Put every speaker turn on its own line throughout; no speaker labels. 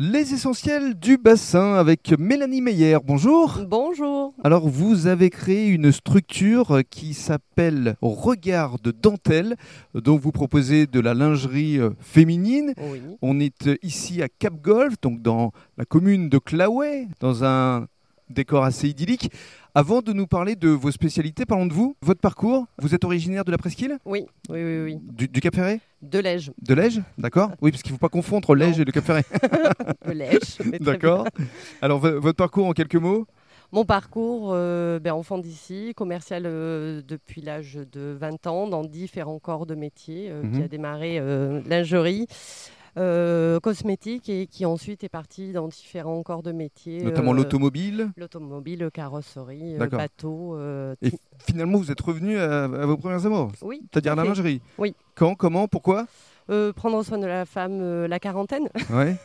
Les essentiels du bassin avec Mélanie Meyer. Bonjour.
Bonjour.
Alors, vous avez créé une structure qui s'appelle Regard de dentelle, dont vous proposez de la lingerie euh, féminine.
Oui.
On est euh, ici à Cap Golf, donc dans la commune de Claouet, dans un décor assez idyllique. Avant de nous parler de vos spécialités, parlons de vous, votre parcours. Vous êtes originaire de la Presqu'île
Oui, oui, oui, oui.
du, du Cap Ferré
De l'Ège.
De l'Ège D'accord Oui, parce qu'il ne faut pas confondre l'Ège
Non.
et le Cap Ferré.
De l'Ège. mais très
D'accord. Alors, vo- votre parcours en quelques mots
bien. Mon parcours, euh, ben, enfant d'ici, commercial euh, depuis l'âge de 20 ans, dans différents corps de métier, euh, qui
Mhm.
a démarré euh, lingerie. euh, cosmétique et qui ensuite est parti dans différents corps de métier.
notamment
euh,
l'automobile.
L'automobile, carrosserie, euh,
D'accord.
bateau. euh,
Et Finalement, vous êtes revenu à, à vos premières amours,
oui.
c'est-à-dire
tout
la
à fait.
lingerie.
Oui.
Quand, comment, pourquoi
Euh, prendre soin de la femme, euh, la quarantaine.
Ouais.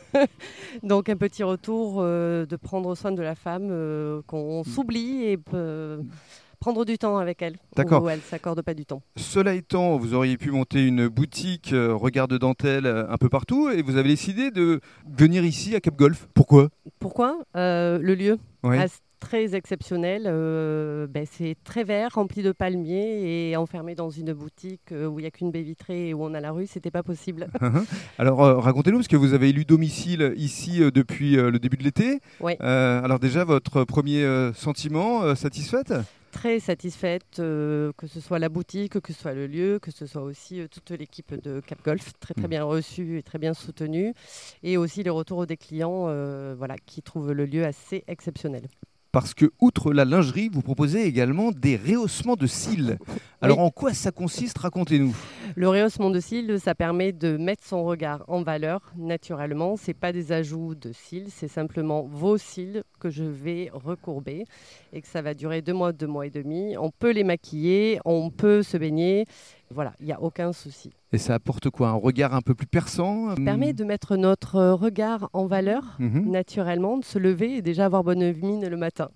Donc un petit retour euh, de prendre soin de la femme, euh, qu'on s'oublie et euh, prendre du temps avec elle.
D'accord.
Où elle s'accorde pas du temps.
Cela étant, vous auriez pu monter une boutique euh, regard de dentelle euh, un peu partout et vous avez décidé de venir ici à Cap Golf. Pourquoi
Pourquoi Euh, Le lieu
Ouais.
Ah, c'est très exceptionnel. euh, ben, c'est très vert, rempli de palmiers et enfermé dans une boutique euh, où il n'y a qu'une baie vitrée et où on a la rue, c'était pas possible.
Alors euh, racontez-nous, parce que vous avez élu domicile ici euh, depuis euh, le début de l'été.
Ouais.
Euh, alors déjà, votre premier euh, sentiment, euh, satisfaite
très satisfaite, euh, que ce soit la boutique, que ce soit le lieu, que ce soit aussi euh, toute l'équipe de Cap Golf, très
Mm.
très bien reçue et très bien soutenue, et aussi les retours des clients, euh, voilà, qui trouvent le lieu assez exceptionnel.
Parce que, outre la lingerie, vous proposez également des rehaussements de cils. Alors en quoi ça consiste Racontez-nous.
Le rehaussement de cils, ça permet de mettre son regard en valeur naturellement. C'est pas des ajouts de cils, c'est simplement vos cils que je vais recourber et que ça va durer deux mois, deux mois et demi. On peut les maquiller, on peut se baigner, voilà, il n'y a aucun souci.
Et ça apporte quoi Un regard un peu plus perçant hum,
permet de mettre notre euh, regard en valeur
mhm.
naturellement, de se lever et déjà avoir bonne mine le matin.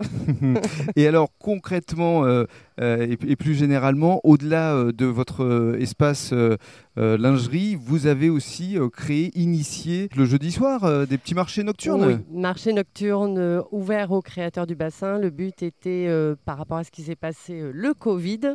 Et alors concrètement euh, euh, et, et plus généralement, au-delà euh, de votre euh, espace euh, euh, lingerie, vous avez aussi euh, créé, initié le jeudi soir euh, des petits marchés nocturnes.
Oui, marché nocturne euh, ouvert aux créateurs du bassin. Le but était, euh, par rapport à ce qui s'est passé, euh, le Covid,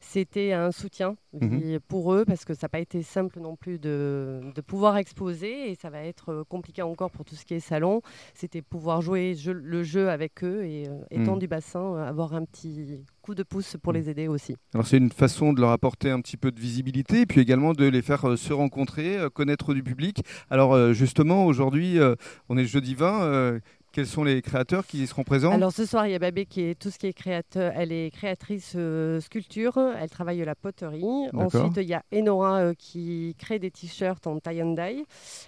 c'était un soutien
Mhm.
vi- pour eux parce que ça n'a pas été simple non plus de, de pouvoir exposer et ça va être euh, compliqué encore pour tout ce qui est salon. C'était pouvoir jouer jeu- le jeu avec eux et euh, étant
Mhm.
du bassin, euh, avoir un petit coup de pouce pour les aider aussi.
Alors c'est une façon de leur apporter un petit peu de visibilité et puis également de les faire euh, se rencontrer, euh, connaître du public. Alors euh, justement, aujourd'hui, euh, on est jeudi 20. euh, quels sont les créateurs qui seront présents
Alors ce soir, il y a Babé qui est tout ce qui est créateur. Elle est créatrice euh, sculpture. Elle travaille la poterie.
D'accord.
Ensuite, il y a Enora euh, qui crée des t-shirts en tie and dye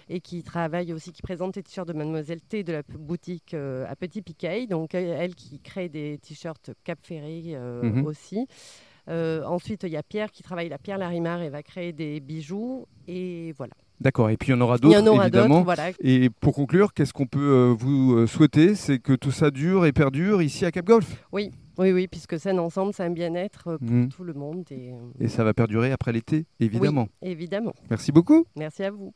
et qui travaille aussi, qui présente les t-shirts de Mademoiselle T de la p- boutique euh, à Petit Piquet. Donc elle, elle qui crée des t-shirts Cap Ferry euh,
Mhm.
aussi. Euh, ensuite, il y a Pierre qui travaille la Pierre Larimar et va créer des bijoux. Et voilà.
D'accord, et puis il y en aura
Il y
d'autres
en aura
évidemment.
d'autres. Voilà.
Et pour conclure, qu'est-ce qu'on peut euh, vous euh, souhaiter C'est que tout ça dure et perdure ici à Cap Golf.
Oui, oui, puisque scène ensemble, c'est un bien-être euh, pour
Mhm.
tout le monde. Et, euh,
Et ça va perdurer après l'été, évidemment.
évidemment.
Merci beaucoup.
Merci à vous.